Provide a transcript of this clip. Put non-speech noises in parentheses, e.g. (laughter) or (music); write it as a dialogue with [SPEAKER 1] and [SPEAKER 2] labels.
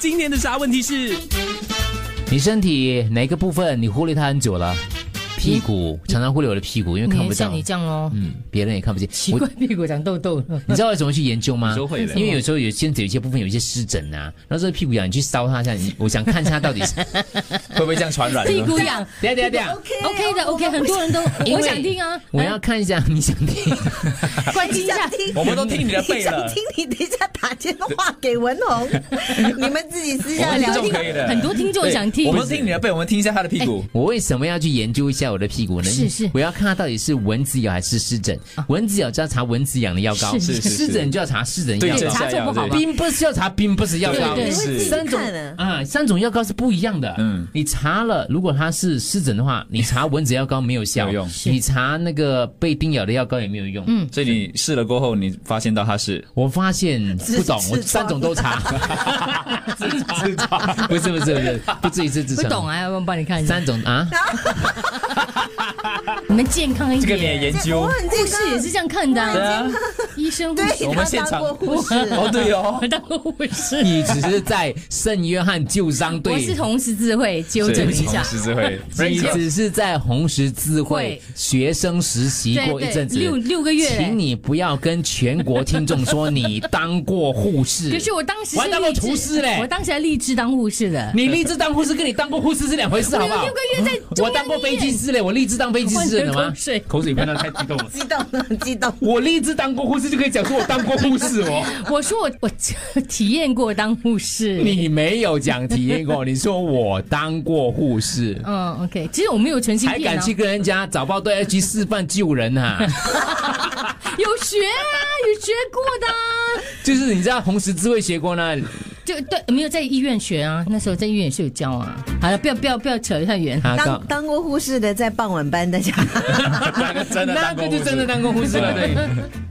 [SPEAKER 1] 今天的啥问题是？
[SPEAKER 2] 你身体哪个部分你忽略它很久了？屁股常常忽略我的屁股，因为
[SPEAKER 3] 嗯你
[SPEAKER 2] 看
[SPEAKER 3] 也
[SPEAKER 2] 不
[SPEAKER 3] 像
[SPEAKER 2] 到
[SPEAKER 3] 你。这样
[SPEAKER 2] (laughs)
[SPEAKER 3] 哦，
[SPEAKER 2] 嗯，别人也看不见。
[SPEAKER 3] 奇
[SPEAKER 2] 我
[SPEAKER 3] 怪，屁股长痘痘了。
[SPEAKER 2] 你知道我怎么去研究吗？
[SPEAKER 1] 你说会的
[SPEAKER 2] 因为有时候有些有一些部分有一些湿疹啊，然后这个屁股痒，你去搔它一下，你我想看一下它到底
[SPEAKER 3] (laughs)
[SPEAKER 2] 是。
[SPEAKER 4] 会不会这样传染呢？
[SPEAKER 3] (laughs) 屁股痒
[SPEAKER 2] 等一下等一下等一下，
[SPEAKER 3] ，OK 的，OK，很多人 (laughs) 都
[SPEAKER 2] 因
[SPEAKER 3] 我
[SPEAKER 2] 为
[SPEAKER 3] 想听啊，
[SPEAKER 2] 我要看一下你想
[SPEAKER 3] (laughs)
[SPEAKER 2] 听。
[SPEAKER 4] (laughs)
[SPEAKER 3] 哎关心一下
[SPEAKER 5] 想。听，
[SPEAKER 4] 我们都听你的背
[SPEAKER 5] 想
[SPEAKER 4] 了
[SPEAKER 5] 听你等一下打电话给文
[SPEAKER 4] (laughs)
[SPEAKER 5] 红，你们自己私
[SPEAKER 4] 我
[SPEAKER 5] 下
[SPEAKER 4] 们听
[SPEAKER 3] 很
[SPEAKER 5] 聊
[SPEAKER 4] 众
[SPEAKER 3] 多
[SPEAKER 4] 可以的，
[SPEAKER 3] 很多听众想听哎
[SPEAKER 4] 对我们听你的背，我们听一下他的屁股。
[SPEAKER 2] 我为什么要去研究一下我的屁股呢？
[SPEAKER 3] 是是
[SPEAKER 2] 我要看它到底是蚊子咬还是湿疹。蚊子咬就要查蚊子痒的药膏，
[SPEAKER 3] 是
[SPEAKER 4] 是是
[SPEAKER 2] 湿疹就要查湿疹
[SPEAKER 4] 对
[SPEAKER 2] 药
[SPEAKER 4] 症
[SPEAKER 2] 膏，
[SPEAKER 3] 哎查
[SPEAKER 4] 下
[SPEAKER 3] 错
[SPEAKER 4] 药
[SPEAKER 3] 不好
[SPEAKER 4] 对
[SPEAKER 3] 吧
[SPEAKER 2] 并不是要查并不是药膏。
[SPEAKER 3] 对对
[SPEAKER 5] 你会自己
[SPEAKER 2] 三种
[SPEAKER 5] 看啊
[SPEAKER 2] 啊，三种药膏是不一样的。嗯
[SPEAKER 4] 嗯，
[SPEAKER 2] 你查了，如果它是湿疹的话，你查蚊子药膏没有效，
[SPEAKER 4] 没有用
[SPEAKER 2] 你查那个被叮咬的药膏也没有用。嗯，
[SPEAKER 4] 所以你试了过后，你发现到它是
[SPEAKER 2] 我发现不懂，
[SPEAKER 5] 痔
[SPEAKER 2] 我
[SPEAKER 5] 疮
[SPEAKER 2] 三种都
[SPEAKER 3] (laughs)
[SPEAKER 2] 查。痔疮不是不是不是，不至于是痔
[SPEAKER 3] 不
[SPEAKER 2] 疮。
[SPEAKER 3] 懂啊，我帮你看一下
[SPEAKER 2] 三。种啊，
[SPEAKER 3] 你们健康一
[SPEAKER 4] 这个你也
[SPEAKER 3] 点，
[SPEAKER 4] 研究，
[SPEAKER 5] 我很
[SPEAKER 3] 护
[SPEAKER 5] 健
[SPEAKER 3] 士也
[SPEAKER 5] 康，
[SPEAKER 3] 是这样看的
[SPEAKER 4] 对
[SPEAKER 3] 啊，
[SPEAKER 4] 啊，
[SPEAKER 3] 医生护士
[SPEAKER 5] 对，
[SPEAKER 4] 我们
[SPEAKER 5] 他
[SPEAKER 4] 现
[SPEAKER 5] 当
[SPEAKER 4] 场
[SPEAKER 5] 过
[SPEAKER 4] (laughs)
[SPEAKER 5] 护士，
[SPEAKER 4] 哦对哦，
[SPEAKER 3] 我当过护士，
[SPEAKER 2] 你只是在圣约翰救伤
[SPEAKER 3] 我
[SPEAKER 2] 队
[SPEAKER 3] 是红十字会， (laughs) 纠正
[SPEAKER 4] 对
[SPEAKER 3] 一下。
[SPEAKER 4] 红十字会，
[SPEAKER 2] 你只是在红十字会
[SPEAKER 3] 会
[SPEAKER 2] 学生实习过一阵子，
[SPEAKER 3] 对对六六个月
[SPEAKER 2] 请你不要跟全国听众说你当过护士。
[SPEAKER 3] 可是我当时
[SPEAKER 2] 我还
[SPEAKER 3] 是
[SPEAKER 2] 当过
[SPEAKER 3] 立志
[SPEAKER 2] 厨师嘞
[SPEAKER 3] 我当时还立志当护士的。
[SPEAKER 2] 你立志当护士，跟你当过护士是两回事，好不
[SPEAKER 3] 我有
[SPEAKER 2] 好
[SPEAKER 3] 六？个月在中央医院
[SPEAKER 2] 我当过飞机师嘞，我立志当飞机师的
[SPEAKER 3] 我流
[SPEAKER 2] 吗
[SPEAKER 3] 口水？
[SPEAKER 2] 口水喷的太激
[SPEAKER 4] (laughs)
[SPEAKER 2] 动了。
[SPEAKER 5] 激动很激动。
[SPEAKER 2] 我立志当过护士，就可以讲说我当过护士
[SPEAKER 3] (laughs)
[SPEAKER 2] 哦。
[SPEAKER 3] 我说我我体验过当护士。
[SPEAKER 2] 你没有讲体验过，你说我当过护士，
[SPEAKER 3] 嗯，OK，其实我没有存心
[SPEAKER 2] 还
[SPEAKER 3] 骗
[SPEAKER 2] 敢
[SPEAKER 3] 啊
[SPEAKER 2] 去，跟人家早报队去示范救人
[SPEAKER 3] (laughs)
[SPEAKER 2] 啊？
[SPEAKER 3] 有学啊，有学过的啊，
[SPEAKER 2] 就是你知道红十字会学过呢，
[SPEAKER 3] 就对，没有在医院学啊，那时候在医院也是有教啊。好了，不要不要不要扯太远。
[SPEAKER 4] 啊
[SPEAKER 2] 他
[SPEAKER 5] 当当过护士的在傍晚班，大家
[SPEAKER 4] 那个真的
[SPEAKER 2] 那
[SPEAKER 4] 当
[SPEAKER 2] 个
[SPEAKER 4] 过
[SPEAKER 2] 就
[SPEAKER 4] 护
[SPEAKER 2] 真的
[SPEAKER 4] 士，
[SPEAKER 2] 当过护士了，对。